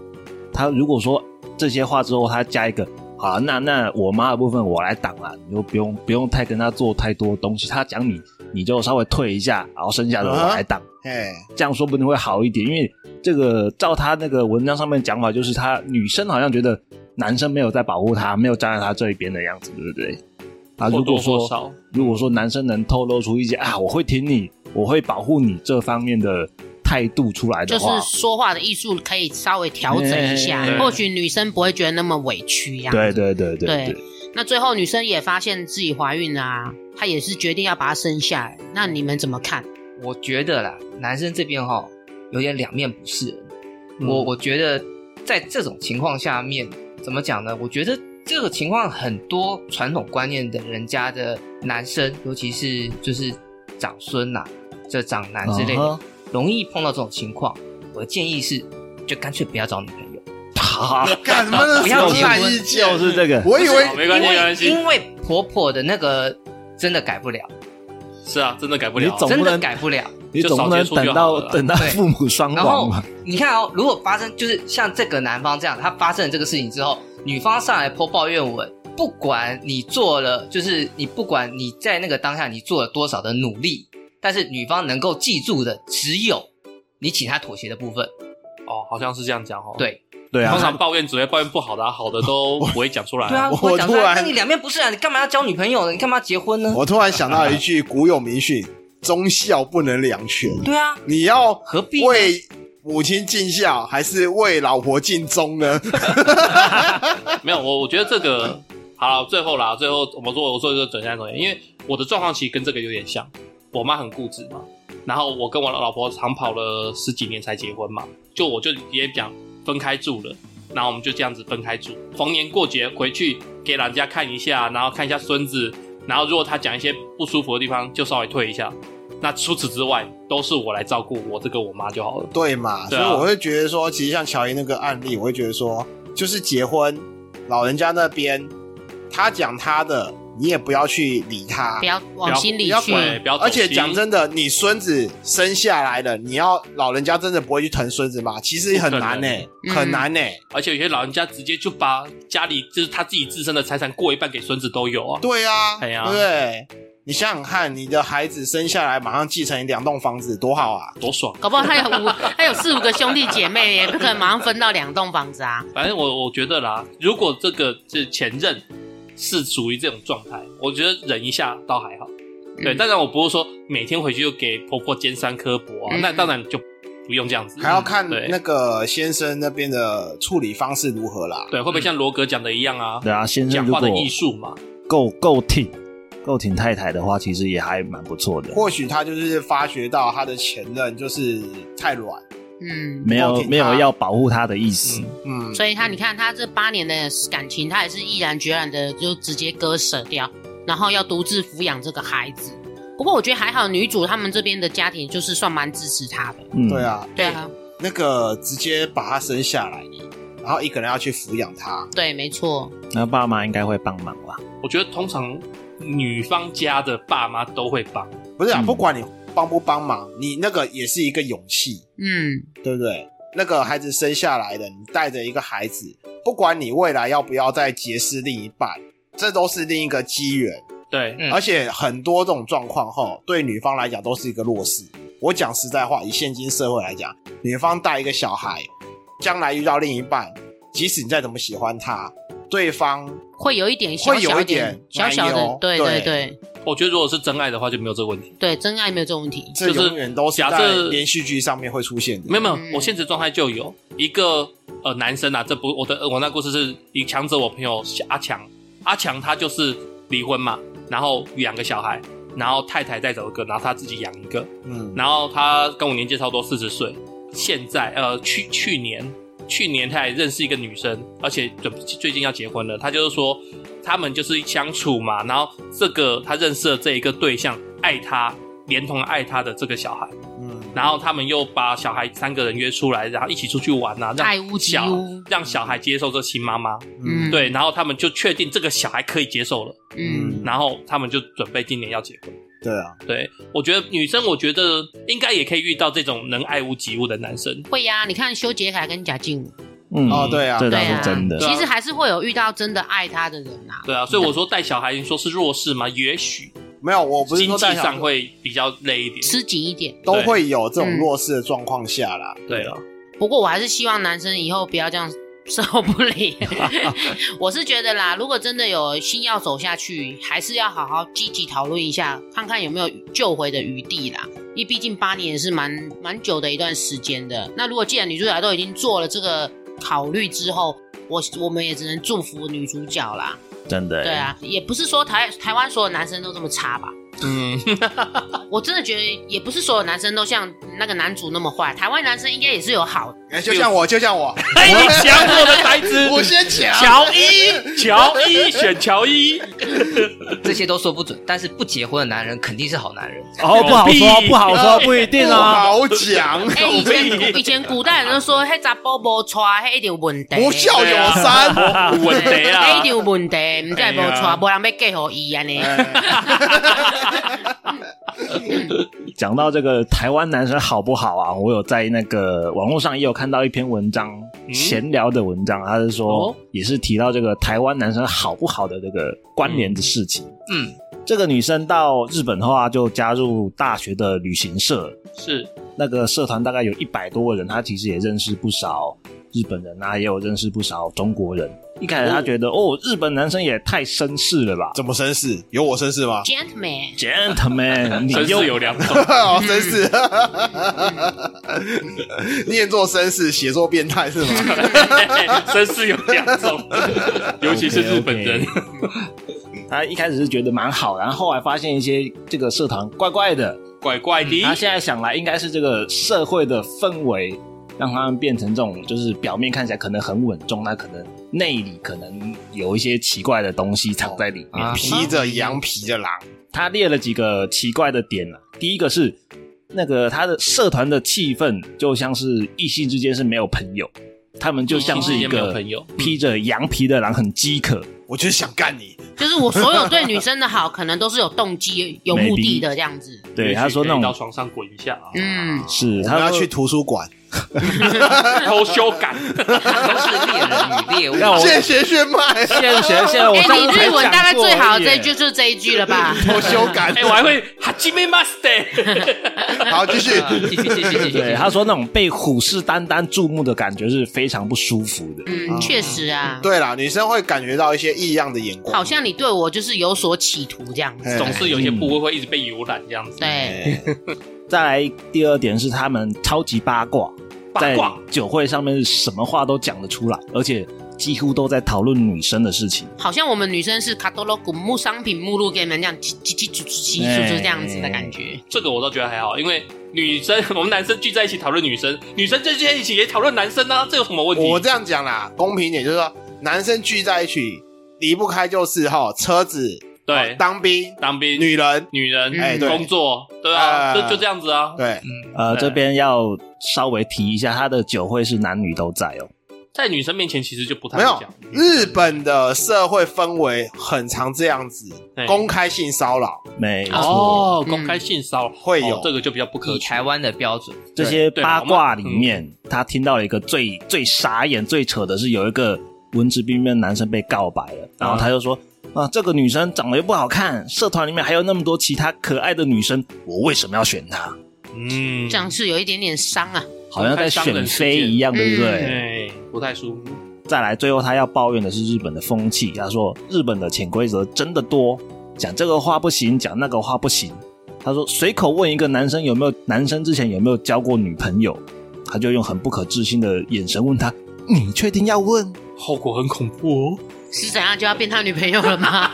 Speaker 1: 他如果说这些话之后，他加一个“好，那那我妈的部分我来挡啦，你就不用不用太跟他做太多东西。他讲你，你就稍微退一下，然后剩下的我来挡。
Speaker 3: 嘿，
Speaker 1: 这样说不定会好一点，因为这个照他那个文章上面讲法，就是他女生好像觉得男生没有在保护她，没有站在她这一边的样子，对不对？啊，
Speaker 5: 或
Speaker 1: 如
Speaker 5: 多
Speaker 1: 果
Speaker 5: 或
Speaker 1: 说
Speaker 5: 少。
Speaker 1: 如果说男生能透露出一些啊，我会挺你，我会保护你这方面的态度出来
Speaker 2: 就
Speaker 1: 的
Speaker 2: 是
Speaker 1: 话，
Speaker 2: 说话的艺术可以稍微调整一下，
Speaker 5: 哎
Speaker 2: 或许女生不会觉得那么委屈呀。
Speaker 1: 对对对对
Speaker 2: 对那最后女生也发现自己怀孕了啊，她也是决定要把她生下来。那你们怎么看？
Speaker 4: 我觉得啦，男生这边哈、有点两面不是人。
Speaker 5: 嗯
Speaker 4: 我我觉得在这种情况下面，怎么讲呢？我觉得这个情况很多传统观念的人家的男生，尤其是就是长孙呐、这长男之类的
Speaker 1: 嗯哼
Speaker 4: 容易碰到这种情况。我的建议是，就干脆不要找女朋友。
Speaker 1: 好，
Speaker 3: 干什么？
Speaker 4: 不要结婚
Speaker 3: 意见
Speaker 1: 就？是这个，
Speaker 3: 我以为
Speaker 5: 好没关系，
Speaker 4: 因为
Speaker 5: 没关系
Speaker 4: 因，为婆婆的那个真的改不了，
Speaker 5: 是啊，真的改不
Speaker 1: 你
Speaker 5: 了啊。
Speaker 1: 总不
Speaker 4: 真的
Speaker 1: 能
Speaker 4: 改不了。
Speaker 1: 你总不
Speaker 5: 就少接
Speaker 1: 能
Speaker 5: 触
Speaker 1: 等
Speaker 5: 就好
Speaker 1: 到
Speaker 5: 了啦
Speaker 1: 等到
Speaker 4: 对
Speaker 1: 父母双
Speaker 4: 然
Speaker 1: 亡
Speaker 4: 后
Speaker 1: 嘛？
Speaker 4: 你看哦，如果发生就是像这个男方这样，他发生了这个事情之后，女方上来泼抱怨文，不管你做了，就是你不管你在那个当下你做了多少的努力，但是女方能够记住的只有你请他妥协的部分。
Speaker 5: 哦，好像是这样讲哦。
Speaker 4: 对，
Speaker 1: 对啊
Speaker 5: 通，常抱怨只会抱怨不好的、啊，好的都不会讲出来、
Speaker 4: 对啊，
Speaker 3: 我
Speaker 4: 我讲出
Speaker 3: 突
Speaker 4: 来，
Speaker 3: 然
Speaker 4: 那你两面不是啊？你干嘛要交女朋友呢？你干嘛要结婚
Speaker 1: 啊
Speaker 4: 呢？
Speaker 3: 我突然想到一句古有名训：忠孝不能两全。
Speaker 4: 对啊，
Speaker 3: 你要
Speaker 4: 何必呢
Speaker 3: 为母亲尽孝，还是为老婆尽忠呢？
Speaker 5: 没有，我我觉得这个好最后啦，最后我们做我做一个转向转因为我的状况其实跟这个有点像，我妈很固执嘛，然后我跟我老婆长跑了十几年才结婚嘛，就我就也讲分开住了。然后我们就这样子分开住，逢年过节回去给老人家看一下，然后看一下孙子，然后如果他讲一些不舒服的地方，就稍微退一下。那除此之外，都是我来照顾我这个我妈就好了。
Speaker 3: 对嘛？所
Speaker 5: 对
Speaker 3: 以
Speaker 5: 啊
Speaker 3: 我会觉得说，其实像乔伊那个案例，我会觉得说，就是结婚，老人家那边他讲他的，你也不要去理他
Speaker 2: 不。要往心里
Speaker 3: 不要
Speaker 2: 去。
Speaker 5: 对，不要走
Speaker 3: 而且
Speaker 5: 心
Speaker 3: 讲真的，你孙子生下来了，你要老人家真的不会去疼孙子吗？其实也很难呢、
Speaker 2: 不可能
Speaker 5: 嗯
Speaker 3: 很难欸呢、
Speaker 5: 而且有些老人家直接就把家里就是他自己自身的财产过一半给孙子都有啊。
Speaker 3: 对啊，
Speaker 5: 哎呀
Speaker 3: 对不对？你想想看，你的孩子生下来马上继承两栋房子，多好啊！
Speaker 5: 多爽！
Speaker 2: 搞不好他有五， 他有四五个兄弟姐妹，也不可能马上分到两栋房子啊。
Speaker 5: 反正我我觉得啦，如果这个是前任是属于这种状态，我觉得忍一下倒还好。对，
Speaker 2: 嗯
Speaker 5: 当然我不是说每天回去就给婆婆煎三颗薄啊，
Speaker 2: 嗯
Speaker 5: 那当然就不用这样子，
Speaker 3: 还要看
Speaker 5: 嗯对
Speaker 3: 那个先生那边的处理方式如何啦。
Speaker 5: 对，会不会像罗格讲的一样啊？
Speaker 3: 嗯
Speaker 1: 对啊，先生
Speaker 5: 讲
Speaker 1: 如
Speaker 5: 话
Speaker 1: 果
Speaker 5: 的艺术嘛，
Speaker 1: 够够挺够挺太太的话，其实也还蛮不错的。
Speaker 3: 或许他就是发觉到他的前任就是太软，
Speaker 2: 嗯，
Speaker 1: 没
Speaker 3: 够
Speaker 1: 有
Speaker 3: 挺
Speaker 1: 没有
Speaker 3: 他
Speaker 1: 要保护他的意思
Speaker 5: 嗯，，
Speaker 3: 嗯，
Speaker 2: 所以他你看他这八年的感情，他也是毅然决然的就直接割舍掉，然后要独自抚养这个孩子。不过我觉得还好，女主他们这边的家庭就是算蛮支持他的。
Speaker 1: 嗯，
Speaker 3: 对，啊，
Speaker 2: 对啊，
Speaker 3: 那个直接把他生下来，然后一个人要去抚养他，
Speaker 2: 对，没错，
Speaker 1: 那爸妈应该会帮忙吧？
Speaker 5: 我觉得通常女方家的爸妈都会帮，
Speaker 3: 不是啊，
Speaker 1: 嗯
Speaker 3: 不管你帮不帮忙，你那个也是一个勇气，
Speaker 2: 嗯，
Speaker 3: 对不对？那个孩子生下来的，你带着一个孩子，不管你未来要不要再结识另一半，这都是另一个机缘。
Speaker 5: 对，
Speaker 4: 嗯
Speaker 3: 而且很多这种状况后，对女方来讲都是一个弱势。我讲实在话，以现今社会来讲，女方带一个小孩，将来遇到另一半，即使你再怎么喜欢他，对方
Speaker 2: 会有一点小
Speaker 3: 会有
Speaker 2: 小
Speaker 3: 一
Speaker 2: 一
Speaker 3: 点
Speaker 2: 点小小
Speaker 3: 奶油
Speaker 2: 的，对对
Speaker 3: 对
Speaker 2: 对
Speaker 5: 我觉得如果是真爱的话就没有这个问题。
Speaker 2: 对，真爱没有这种问题。
Speaker 3: 这
Speaker 5: 就是
Speaker 3: 永远都是
Speaker 5: 假
Speaker 3: 在
Speaker 5: 设
Speaker 3: 连续剧上面会出现的。
Speaker 5: 没有没有
Speaker 2: 嗯，
Speaker 5: 我现实状态就有一个呃男生啊，这不我的我那故事是你强者我朋友阿强，阿强他就是离婚嘛，然后两个小孩，然后太太带走一个，然后他自己养一个，
Speaker 3: 嗯，
Speaker 5: 然后他跟我年纪差不多四十岁，现在呃去去年去年他也认识一个女生，而且准最近要结婚了，他就是说他们就是相处嘛，然后这个他认识的这一个对象爱他，连同爱他的这个小孩。
Speaker 3: 嗯，
Speaker 5: 然后他们又把小孩三个人约出来，然后一起出去玩啊，
Speaker 2: 爱
Speaker 5: 让
Speaker 2: 屋及
Speaker 5: 小
Speaker 2: 乌，
Speaker 5: 让小孩接受这新妈妈。
Speaker 2: 嗯，
Speaker 5: 对，然后他们就确定这个小孩可以接受了，
Speaker 2: 嗯，
Speaker 5: 然后他们就准备今年要结婚。
Speaker 3: 对啊，
Speaker 5: 对我觉得女生，我觉得应该也可以遇到这种能爱屋及乌的男生。
Speaker 2: 会呀、你看修杰楷跟贾静雯，
Speaker 1: 嗯，
Speaker 3: 哦对啊
Speaker 1: 这倒
Speaker 2: 对
Speaker 1: 是
Speaker 2: 啊，
Speaker 1: 真的。
Speaker 5: 对啊
Speaker 2: 其实还是会有遇到真的爱他的人啊。
Speaker 5: 对啊，所以我说带小孩，你说是弱势吗？也许
Speaker 3: 没有，我不是
Speaker 5: 经
Speaker 3: 说
Speaker 5: 济
Speaker 3: 在
Speaker 5: 上会比较累一点。
Speaker 2: 吃紧一点，
Speaker 3: 都会有这种弱势的状况下啦。
Speaker 5: 对啊了，
Speaker 2: 不过我还是希望男生以后不要这样受不了。 我是觉得啦，如果真的有心要走下去，还是要好好积极讨论一下，看看有没有救回的余地啦。因为毕竟八年也是蛮蛮久的一段时间的。那如果既然女主角都已经做了这个考虑之后，我我们也只能祝福女主角啦。
Speaker 1: 真的、
Speaker 2: 对，啊，也不是说台台湾所有男生都这么差吧。
Speaker 5: 嗯，
Speaker 2: 我真的觉得也不是所有男生都像那个男主那么坏，台湾男生应该也是 有好的。
Speaker 3: 哎就像我，就 像我，
Speaker 5: 哎，你抢我的台词，
Speaker 3: 我先抢。
Speaker 5: 乔伊，乔伊选乔 伊，
Speaker 4: 这些都说不准。但是不结婚的男人肯定是好男人。
Speaker 1: 哦，不好说，不好说，不一定
Speaker 3: 不
Speaker 1: 啊。
Speaker 3: 好 讲，
Speaker 2: 哎、以前古以前古代人都说， 嘿，查甫无娶，嘿一定有问题。
Speaker 3: 不孝有三。
Speaker 5: 稳得
Speaker 2: 嘿一
Speaker 5: 啊
Speaker 2: 定！有问题，唔知无
Speaker 5: 哎呀
Speaker 2: 娶，无人要嫁互伊安尼。
Speaker 1: 哎讲到这个台湾男生好不好啊？我有在那个网络上也有看到一篇文章，
Speaker 5: 嗯
Speaker 1: 闲聊的文章，他是说
Speaker 5: 哦
Speaker 1: 也是提到这个台湾男生好不好的这个关联的事情。
Speaker 4: 嗯，
Speaker 1: 这个女生到日本后啊，就加入大学的旅行社，
Speaker 5: 是，
Speaker 1: 那个社团大概有一百多个人，她其实也认识不少日本人啊，也有认识不少中国人。一开始他觉得哦，日本男生也太绅士了 吧
Speaker 3: 怎么绅士？有我绅士吗？
Speaker 2: ，gentleman，
Speaker 1: ，gentleman，你
Speaker 5: 绅
Speaker 1: 又
Speaker 5: 士有两种，
Speaker 3: 哦，绅士， 念作绅士，写作变态是 吗？
Speaker 5: 绅士有两种，尤其是日本人。
Speaker 1: 他一开始是觉得蛮好，然后后来发现一些这个社团怪怪的，
Speaker 5: 怪怪的。
Speaker 1: 他现在想来应该是这个社会的氛围让他们变成这种，就是表面看起来可能很稳重，那可能内里可能有一些奇怪的东西藏在里面。
Speaker 4: 啊
Speaker 3: 披着羊皮的狼，
Speaker 1: 他列了几个奇怪的点啊，第一个是那个他的社团的气氛就像是异性之间是没有朋友，他们就像是一
Speaker 5: 异性之间没
Speaker 1: 个
Speaker 5: 有朋友嗯
Speaker 1: 披着羊皮的狼，很饥渴。
Speaker 3: 我就是想干你。
Speaker 2: 就是我所有对女生的好，可能都是有动机、有目的的这 样子。
Speaker 1: 对，他说那
Speaker 5: 到
Speaker 1: 种
Speaker 5: 床上滚一下啊，
Speaker 2: 嗯，
Speaker 1: 是
Speaker 3: 我
Speaker 1: 他
Speaker 3: 们要
Speaker 1: 说
Speaker 3: 去图书馆，
Speaker 5: 偷羞感，
Speaker 4: 都是猎人与猎物。
Speaker 1: 让我
Speaker 3: 谢谢炫迈，
Speaker 1: 谢谢谢谢，哦我
Speaker 2: 哎、
Speaker 1: 上
Speaker 2: 你
Speaker 1: 次才
Speaker 2: 日文
Speaker 1: 讲
Speaker 2: 大概
Speaker 1: 过
Speaker 2: 最好
Speaker 1: 而已
Speaker 2: 的这一句就是这一句了吧？
Speaker 3: 我修改
Speaker 5: 哎，。我还会哈基米马斯的，
Speaker 3: 好，继续。
Speaker 4: 啊继续继续继续继 续，
Speaker 1: 对，他说那种被虎视眈眈注目的感觉是非常不舒服的。
Speaker 2: 嗯，确实啊，
Speaker 3: 对啦，女生会感觉到一些异样的眼光。
Speaker 2: 好像你对我就是有所企图这样子。
Speaker 3: 哎
Speaker 5: 总是有一些部位会一直被游览这样子。
Speaker 2: 嗯对，
Speaker 1: 再来第二点是他们超级八卦，
Speaker 5: 八
Speaker 1: 在
Speaker 5: 卦
Speaker 1: 酒会上面是什么话都讲得出来，而且几乎都在讨论女生的事情。
Speaker 2: 好像我们女生是卡多罗古木商品目录给你们这样叽叽叽叽叽叽这样子的感觉。
Speaker 5: 这个我倒觉得还好，因为女生我们男生聚在一起讨论女生，女生聚在一起也讨论男生啊，这有什么问题？
Speaker 3: 我这样讲啦，公平点就是说，男生聚在一起离不开就是哈车子、
Speaker 5: 对
Speaker 3: 哦当兵、
Speaker 5: 当兵
Speaker 3: 女人，
Speaker 5: 女人
Speaker 2: 嗯哎对
Speaker 5: 工作，对啊，
Speaker 3: 呃
Speaker 5: 就就这样子啊。
Speaker 3: 对，
Speaker 1: 呃，
Speaker 5: 对
Speaker 1: 这边要稍微提一下，他的酒会是男女都在哦。
Speaker 5: 在女生面前其实就不太
Speaker 3: 没有
Speaker 5: 会讲。嗯
Speaker 3: 日本的社会氛围很常这样子
Speaker 5: 对，
Speaker 3: 公开性骚扰
Speaker 1: 没错，
Speaker 5: 哦，
Speaker 2: 嗯
Speaker 5: 公开性骚扰
Speaker 3: 会有
Speaker 5: 哦这个就比较不可
Speaker 4: 以
Speaker 5: 取。
Speaker 4: 台湾的标准，
Speaker 1: 这些
Speaker 5: 对
Speaker 1: 八卦里面，他听到了一个最最傻眼、最扯的是，有一个文质彬彬的男生被告白了，然后他就说：“啊，这个女生长得又不好看，社团里面还有那么多其他可爱的女生，我为什么要选她？
Speaker 5: 嗯
Speaker 2: 这样是有一点点伤啊，
Speaker 1: 好像在选妃一样，对不对？”
Speaker 5: 对，嗯不太舒服。
Speaker 1: 再来，最后他要抱怨的是日本的风气，他说日本的潜规则真的多，讲这个话不行，讲那个话不行。他说随口问一个男生有没有男生之前有没有交过女朋友，他就用很不可置信的眼神问他：“你确定要问
Speaker 5: 后果很恐怖哦。
Speaker 2: 是怎样就要变他女朋友了吗？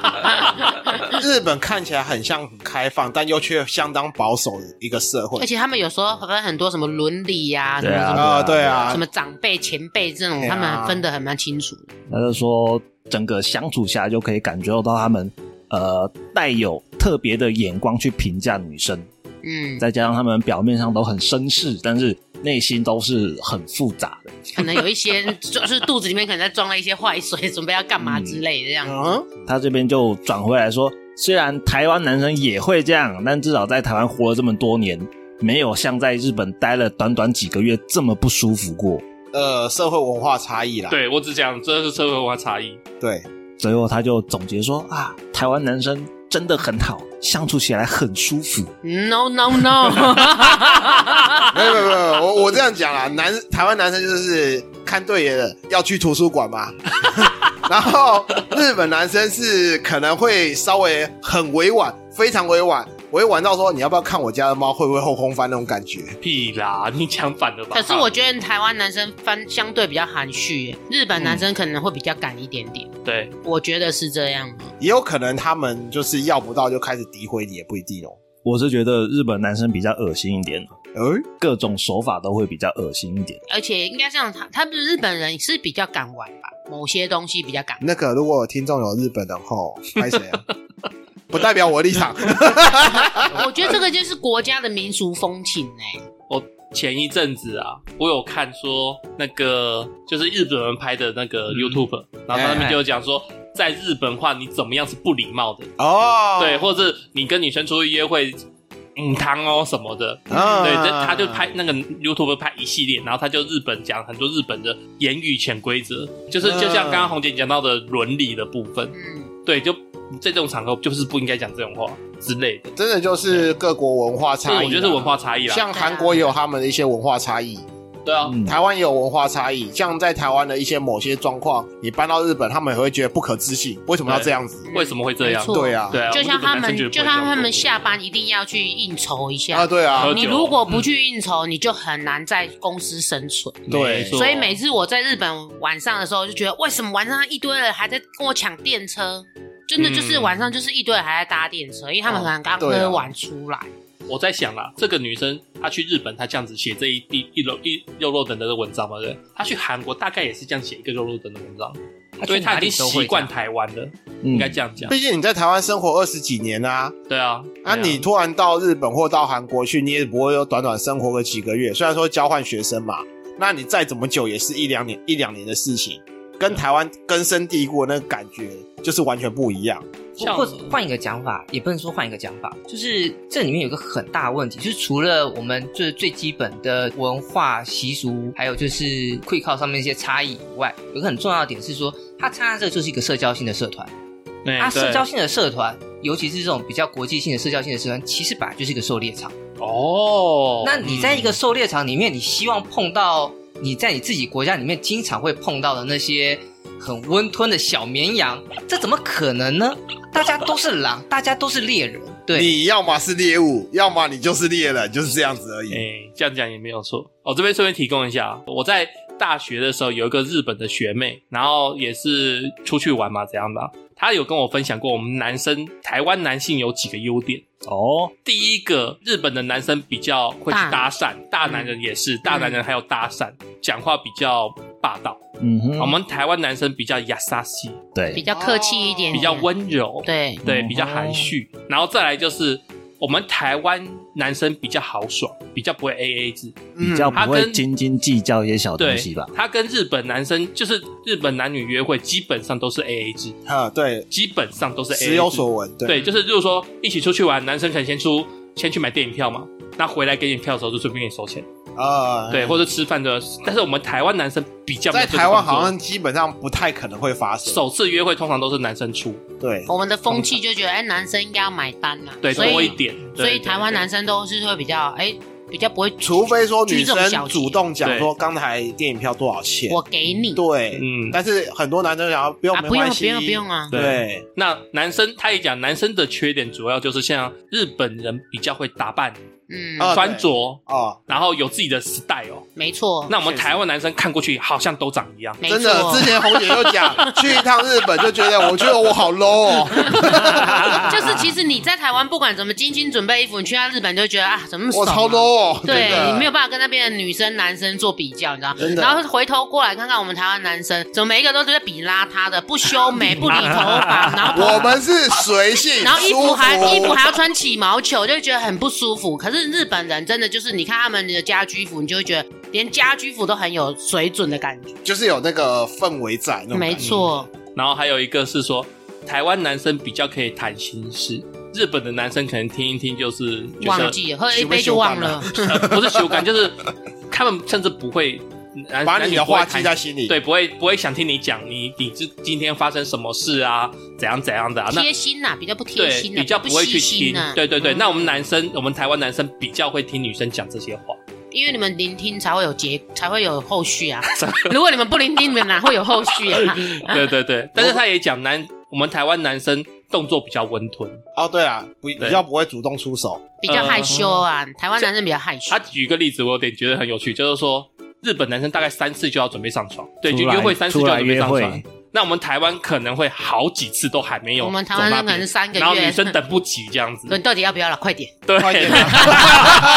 Speaker 3: 日本看起来很像很开放，但又却相当保守的一个社会
Speaker 2: 而。且他们有时候分很多什么伦理呀、什
Speaker 1: 对
Speaker 2: 么
Speaker 1: 啊
Speaker 2: 什么。
Speaker 3: 啊、对啊
Speaker 2: 什，么长辈、前辈这种，
Speaker 3: 对啊
Speaker 2: 他们分得很蛮清楚的。？”
Speaker 1: 他就说整个相处下来就可以感觉到他们呃带有特别的眼光去评价女生，
Speaker 2: 嗯，
Speaker 1: 再加上他们表面上都很绅士，但是内心都是很复杂的。
Speaker 2: 可能有一些就是肚子里面可能在装了一些坏水，准备要干嘛之类的这样子。
Speaker 3: 嗯，
Speaker 1: 他这边就转回来说，虽然台湾男生也会这样，但至少在台湾活了这么多年，没有像在日本待了短短几个月这么不舒服过。
Speaker 3: 呃，社会文化差异啦，
Speaker 5: 对我只讲这是社会文化差异，
Speaker 3: 对，
Speaker 1: 最后他就总结说啊，台湾男生真的很好，相处起来很舒服。
Speaker 2: No no no！
Speaker 3: 没有没有没有，我我这样讲啦，啊男台湾男生就是看对眼了要去图书馆嘛， 然后日本男生是可能会稍微很委婉，非常委婉，委婉到说你要不要看我家的猫会不会后空翻那种感觉。
Speaker 5: 屁啦，你讲反了吧？
Speaker 2: 可是我觉得台湾男生翻相对比较含蓄耶，日本男生可能会比较敢一点点。
Speaker 5: 对
Speaker 2: 我觉得是这样。
Speaker 3: 也有可能他们就是要不到就开始诋毁你，也不一定哦。
Speaker 1: 我是觉得日本男生比较恶心一点，
Speaker 3: 哎，
Speaker 1: 各种手法都会比较恶心一点。
Speaker 2: 而且应该这样，他他们日本人是比较敢玩吧，某些东西比较敢。
Speaker 3: 那个如果有听众有日本人吼，拍谁 啊？不代表我的立场。
Speaker 2: 我觉得这个就是国家的民俗风情哎、
Speaker 5: 我前一阵子啊，我有看说那个就是日本人拍的那个 YouTube，、然后他那边就有讲说，在日本话你怎么样是不礼貌的，
Speaker 3: 哦，
Speaker 5: 对，或者是你跟女生出去约会，嗯，汤哦什么的。
Speaker 3: 啊
Speaker 5: 对，这他就拍那个 YouTube 拍一系列，然后他就日本讲很多日本的言语潜规则，就是就像刚刚红姐讲到的伦理的部分，
Speaker 2: 嗯，
Speaker 5: 对，就在这种场合就是不应该讲这种话之类的。
Speaker 3: 真的就是各国文化
Speaker 5: 这
Speaker 3: 差异啦，
Speaker 5: 我觉得是文化差异啦。
Speaker 3: 像韩国也有他们的一些文化差异，
Speaker 5: 对啊，
Speaker 1: 嗯，
Speaker 3: 台湾也有文化差异，像在台湾的一些某些状况，你搬到日本，他们也会觉得不可置信，为什么要这样子？
Speaker 5: 为什么会这样
Speaker 2: 嗯没错
Speaker 3: 对啊，
Speaker 5: 对啊，
Speaker 2: 就像他们，就像他们下
Speaker 5: 班。
Speaker 2: 班一定要去应酬一
Speaker 3: 啊，
Speaker 2: 下。
Speaker 3: 对啊
Speaker 5: 喝，酒
Speaker 2: 你如果不去应酬，你就很难在公司生存。
Speaker 5: 对，啊
Speaker 2: 所以每次我在日本晚上的时候，就觉得为什么晚上一堆人还在跟我抢电车？真的就是
Speaker 5: 嗯
Speaker 2: 晚上就是一堆人还在搭电车，因为他们可能刚
Speaker 3: 对啊
Speaker 2: 喝完出来。
Speaker 5: 我在想啦，这个女生她去日本，她这样子写这一一一肉一肉肉等等的文章嘛，对不对，她去韩国大概也是这样写一个肉肉等等的文章，所以她已经习惯台湾了，应
Speaker 1: 应
Speaker 5: 该这样讲。
Speaker 3: 毕竟你在台湾生活二十几年啊，
Speaker 5: 对啊，
Speaker 3: 啊，
Speaker 5: 对
Speaker 3: 你突然到日本或到韩国去，你也不会有短短生活个几个月，虽然说交换学生嘛，那你再怎么久也是一两年一两年的事情，跟台湾根深蒂固的那个感觉就是完全不一样。
Speaker 5: 像
Speaker 4: 或者换一个讲法，也不能说换一个讲法，就是这里面有一个很大的问题，就是除了我们就是最基本的文化习俗，还有就是会靠上面一些差异以外，有一个很重要的点是说，它参加这个就是一个社交性的社团，
Speaker 5: 对
Speaker 4: 啊，
Speaker 5: 哎对
Speaker 4: 社交性的社团，尤其是这种比较国际性的社交性的社团，其实本来就是一个狩猎场。
Speaker 5: 哦，
Speaker 4: 那你在一个狩猎场里面，你希望碰到你在你自己国家里面经常会碰到的那些很温吞的小绵羊，这怎么可能呢？大家都是狼，大家都是猎人，对，
Speaker 3: 你要么是猎物，要么你就是猎人，就是这样子而
Speaker 5: 哎、
Speaker 3: 已。
Speaker 5: 这样讲也没有错。我、这边顺便提供一下啊，我在大学的时候有一个日本的学妹，然后也是出去玩嘛，怎样的啊、她有跟我分享过，我们男生台湾男性有几个优点。
Speaker 1: 哦，
Speaker 5: 第一个，日本的男生比较会去搭讪，大男人也
Speaker 4: 嗯
Speaker 5: 是，大男人还有搭讪，讲话比较霸道。
Speaker 1: 嗯哼，
Speaker 5: 我们台湾男生比较雅萨西，
Speaker 2: 比
Speaker 1: 对，
Speaker 2: 较客气一
Speaker 4: 哎
Speaker 2: 点点，
Speaker 5: 比较温柔，
Speaker 2: 对，
Speaker 5: 对，
Speaker 1: 嗯
Speaker 5: 比较含蓄。然后再来就是，我们台湾男生比较豪爽，比较不会 A A 制。
Speaker 3: 嗯
Speaker 1: 比较
Speaker 5: 嗯他
Speaker 1: 不
Speaker 5: 跟
Speaker 1: 会斤斤计较一些小
Speaker 5: 对
Speaker 1: 东西吧，，
Speaker 5: 他跟日本男生就是日本男女约会，基本上都是 A A 制，
Speaker 3: 啊，对，
Speaker 5: 基本上都是 A A 制。
Speaker 3: 时有所闻，对，
Speaker 5: 对，就是就是说一起出去玩，男生可能先出先去买电影票嘛，那回来给你票的时候就顺便给你收钱。
Speaker 3: 啊，
Speaker 1: 哎
Speaker 5: 对，或者吃饭的。但是我们台湾男生比较没有
Speaker 3: 在
Speaker 5: 这个
Speaker 3: 台湾
Speaker 5: 动作
Speaker 3: 好像基本上不太可能会发生。
Speaker 5: 首次约会通常都是男生出，
Speaker 3: 对，
Speaker 2: 我们的风气就觉得，哎，男生应该要买单啦，
Speaker 5: 对
Speaker 2: 所
Speaker 5: 多一
Speaker 2: 以
Speaker 5: 点。对
Speaker 2: 所以台湾男生都是会比较，哎，比较不会，
Speaker 3: 除非说女
Speaker 2: 举这种小
Speaker 3: 生
Speaker 2: 节
Speaker 3: 主动讲说刚才电影票多少钱，
Speaker 2: 我给你
Speaker 3: 对，
Speaker 5: 嗯
Speaker 3: 但是很多男生想要不用
Speaker 2: 啊，
Speaker 3: 没
Speaker 2: 不用
Speaker 3: 关
Speaker 2: 不
Speaker 3: 系，
Speaker 2: 用不用啊，
Speaker 5: 对
Speaker 3: 对，
Speaker 5: 那男生他也讲，男生的缺点主要就是像日本人比较会打扮、
Speaker 2: 嗯，
Speaker 3: 啊
Speaker 5: 穿着，
Speaker 3: 哦，
Speaker 5: 然后有自己的 style。
Speaker 2: 没错，
Speaker 5: 那我们台湾男生看过去好像都长一样，
Speaker 2: 没
Speaker 3: 真的，
Speaker 2: 错
Speaker 3: 之，前红姐就 讲去一趟日本就觉得，我觉得我好 low 哦，
Speaker 2: 就是其实你在台湾不管怎么精心准备衣服，你去到日本就会觉得啊，怎么那么
Speaker 3: 我
Speaker 2: 怂啊
Speaker 3: 超 low 哦，
Speaker 2: 对
Speaker 3: 真的
Speaker 2: 你没有办法跟那边的女生、男生做比较，你知道？
Speaker 3: 真的
Speaker 2: 然后回头过来看看我们台湾男生，怎么每一个都觉得比邋遢的，不修眉，不理头 发，然后
Speaker 3: 我们是随性，
Speaker 2: 然后衣
Speaker 3: 舒
Speaker 2: 服
Speaker 3: 服
Speaker 2: 还衣服还要穿起毛球，就会觉得很不舒服。可是日本人真的就是，你看他们的家居服，你就会觉得连家居服都很有水准的感觉。
Speaker 3: 就是有那个氛围在，那种
Speaker 2: 没
Speaker 3: 感觉，
Speaker 2: 错，
Speaker 5: 然后还有一个是说，台湾男生比较可以谈心事，日本的男生可能听一听就是觉得
Speaker 2: 忘记了喝一杯就忘了。
Speaker 5: 呃 不是修改，就是他们甚至不会男
Speaker 3: 把你的话记。
Speaker 5: 男女不会谈
Speaker 3: 在心里，
Speaker 5: 对，不会不会想听你讲你你这今天发生什么事啊，怎样怎样的啊？那
Speaker 2: 贴心呐、比较不贴
Speaker 5: 对
Speaker 2: 心、啊，
Speaker 5: 比较不会去
Speaker 2: 细心
Speaker 5: 听
Speaker 2: 呐、，
Speaker 5: 对对对。
Speaker 2: 嗯
Speaker 5: 那我们男生，我们台湾男生比较会听女生讲这些话，
Speaker 2: 因为你们聆听才会有结，才会有后续 啊。如果你们不聆听，你们哪会有后续啊？
Speaker 5: 对对 对。但是他也讲男，我们台湾男生动作比较温吞。
Speaker 3: 哦，对啊，不
Speaker 5: 对
Speaker 3: 比较不会主动出手，
Speaker 2: 比较害羞啊，台湾男生比较害羞
Speaker 5: 他。举一个例子，我有点觉得很有趣，就是说日本男生大概三次就要准备上床，对，就
Speaker 1: 出来
Speaker 5: 约会三次就
Speaker 1: 出
Speaker 5: 要
Speaker 1: 来
Speaker 5: 准备
Speaker 1: 约
Speaker 5: 上床
Speaker 1: 会。，
Speaker 5: 那我们台湾可能会好几次都还没有
Speaker 2: 我
Speaker 5: 走
Speaker 2: 们台
Speaker 5: 那边，
Speaker 2: 湾人可能是三个
Speaker 5: 然后女
Speaker 2: 月，
Speaker 5: 生等不及这样子，
Speaker 2: 对，到底要不要了？快点！
Speaker 5: 对，
Speaker 3: 快点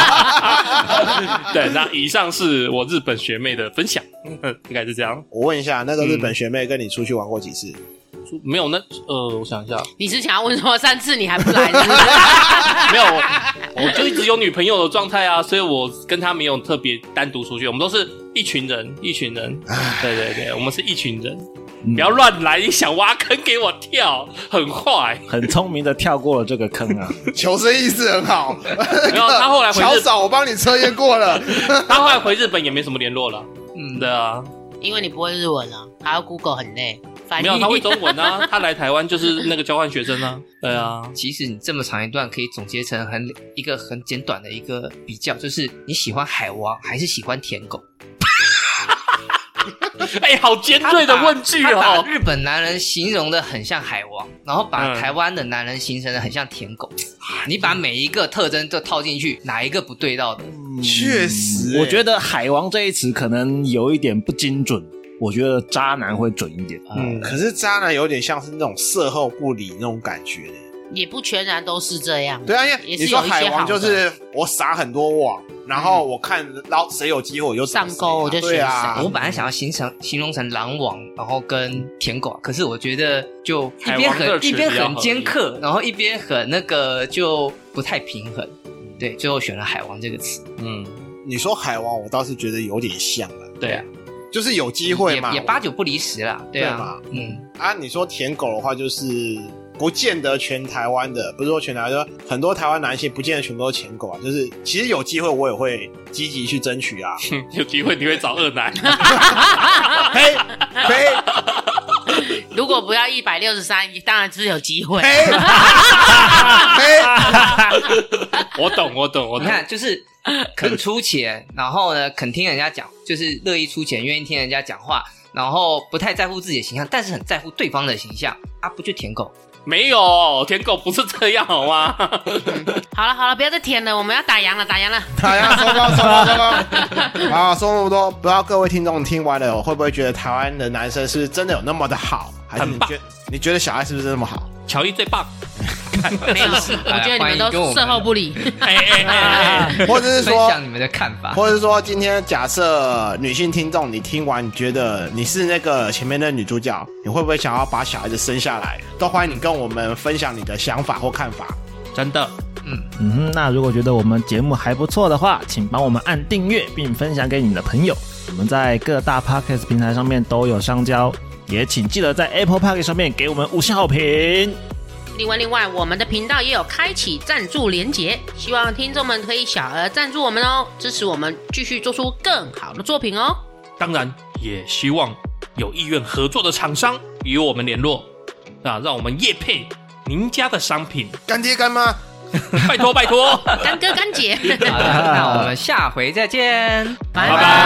Speaker 5: 对，那以上是我日本学妹的分享，嗯应该是这样。
Speaker 3: 我问一下，那个日
Speaker 5: 嗯
Speaker 3: 本学妹跟你出去玩过几次？
Speaker 5: 没有那呃，我想一下，
Speaker 2: 你是想要问说三次你还不来是不是？
Speaker 5: 没有，我我就一直有女朋友的状态啊，所以我跟她没有特别单独出去，我们都是一群人，一群人，对对对，我们是一群人，
Speaker 1: 嗯
Speaker 5: 不要乱来，你想挖坑给我跳，很坏。
Speaker 1: 很聪明的跳过了这个坑啊，
Speaker 3: 求生意识很好，
Speaker 5: 没有，她后来 回
Speaker 3: 乔
Speaker 5: 日，
Speaker 3: 嫂，我帮你测验过了，
Speaker 5: 她后来回日本也没什么联络了，
Speaker 4: 嗯
Speaker 5: 对啊，
Speaker 2: 因为你不会日文啊，还要 Google 很累。翻
Speaker 5: 没
Speaker 2: 译
Speaker 5: 有，她会中文 啊，她来台湾就是那个交换学生啊，对啊，
Speaker 4: 其实你这么长一段可以总结成很一个很简短的一个比较，就是你喜欢海王还是喜欢舔狗？
Speaker 5: 哎，好尖锐的问句
Speaker 4: 他把
Speaker 5: 哦！
Speaker 4: 日本男人形容的很像海王，然后把
Speaker 5: 嗯
Speaker 4: 台湾的男人形成的很像舔狗。啊你把每一个特征都套进去，哪一个不对到的？
Speaker 3: 确实欸
Speaker 1: 我觉得“海王”这一词可能有一点不精准，我觉得渣男会准一点。
Speaker 5: 嗯，
Speaker 3: 哦可是渣男有点像是那种色后不理那种感觉嘞。
Speaker 2: 也不全然都是这样。
Speaker 3: 对啊，因为
Speaker 2: 嗯也
Speaker 3: 你
Speaker 2: 是
Speaker 3: 说
Speaker 2: 有一些
Speaker 3: 海王
Speaker 2: 好
Speaker 3: 就
Speaker 2: 的
Speaker 3: 是我撒很多网，然后我看捞谁有机会我就
Speaker 2: 上
Speaker 3: 谁啊
Speaker 2: 钩我就选
Speaker 3: 对啊
Speaker 2: 谁
Speaker 4: 我，本来想要形成形容成狼王，然后跟舔狗，啊可是我觉得就一边
Speaker 5: 海王这个
Speaker 4: 很
Speaker 5: 词
Speaker 4: 一边
Speaker 5: 比较
Speaker 4: 很
Speaker 5: 合理
Speaker 4: 尖刻，然后一边很那个就不太平衡。对，最后选了海王这个词，
Speaker 5: 嗯，
Speaker 3: 你说海王，我倒是觉得有点像了，
Speaker 5: 对啊，
Speaker 3: 就是有机会
Speaker 4: 也
Speaker 3: 嘛
Speaker 4: 也八九不离十啦。对
Speaker 3: 对
Speaker 4: 啊
Speaker 3: 嘛，
Speaker 4: 嗯，
Speaker 3: 啊。你说舔狗的话，就是不见得全台湾的，不是说全台湾，就是很多台湾男性不见得全部都舔狗啊。就是其实有机会我也会积极去争取 啊。
Speaker 5: 哼有机会你会找二 男，
Speaker 3: 呸呸
Speaker 2: 如果不要一百六十三，当然是有机会。
Speaker 3: 呸呸！
Speaker 5: 我懂，我懂，我
Speaker 4: 你
Speaker 5: 懂。
Speaker 4: 看就是肯出钱，然后呢肯听人家讲，就是乐意出钱，愿意听人家讲话，然后不太在乎自己的形象，但是很在乎对方的形象啊，不就舔狗？
Speaker 5: 没有舔狗不是这样好吗？
Speaker 2: 好了好了，不要再舔了，我们要打烊了，打烊了。
Speaker 3: 大家收工收工收工。啊，说那么多，不知道各位听众听完了会不会觉得台湾的男生是不是真的有那么的好？还是你
Speaker 5: 很棒
Speaker 3: 觉你觉得小爱是不是那么 好？
Speaker 5: 乔伊最棒，
Speaker 2: 没有，我觉得你们
Speaker 4: 欢迎跟我
Speaker 2: 都
Speaker 4: 们
Speaker 2: 事后不理。
Speaker 5: 哎哎哎哎，哎
Speaker 3: 或者是
Speaker 4: 分
Speaker 3: 说
Speaker 4: 享你们的看法。
Speaker 3: 或者是说，今天假设女性听众，你听完你觉得你是那个前面的女主角，你会不会想要把小孩子生下来？都欢迎你跟我们分享你的想法或看法。
Speaker 5: 真的，
Speaker 1: 嗯哼，那如果觉得我们节目还不错的话，请帮我们按订阅并分享给你的朋友。我们在各大 podcast 平台上面都有上交，也请记得在 Apple Podcast 上面给我们五星好评。
Speaker 2: 另外，另外，我们的频道也有开启赞助连结，希望听众们可以小额赞助我们哦，支持我们继续做出更好的作品哦。
Speaker 5: 当然也希望有意愿合作的厂商与我们联络，那让我们业配您家的商 品，
Speaker 3: 干爹干妈，
Speaker 5: 拜托拜托，
Speaker 2: 干哥干姐，
Speaker 4: 好的，那我们下回再见。
Speaker 2: 拜
Speaker 5: 拜拜。
Speaker 3: 哎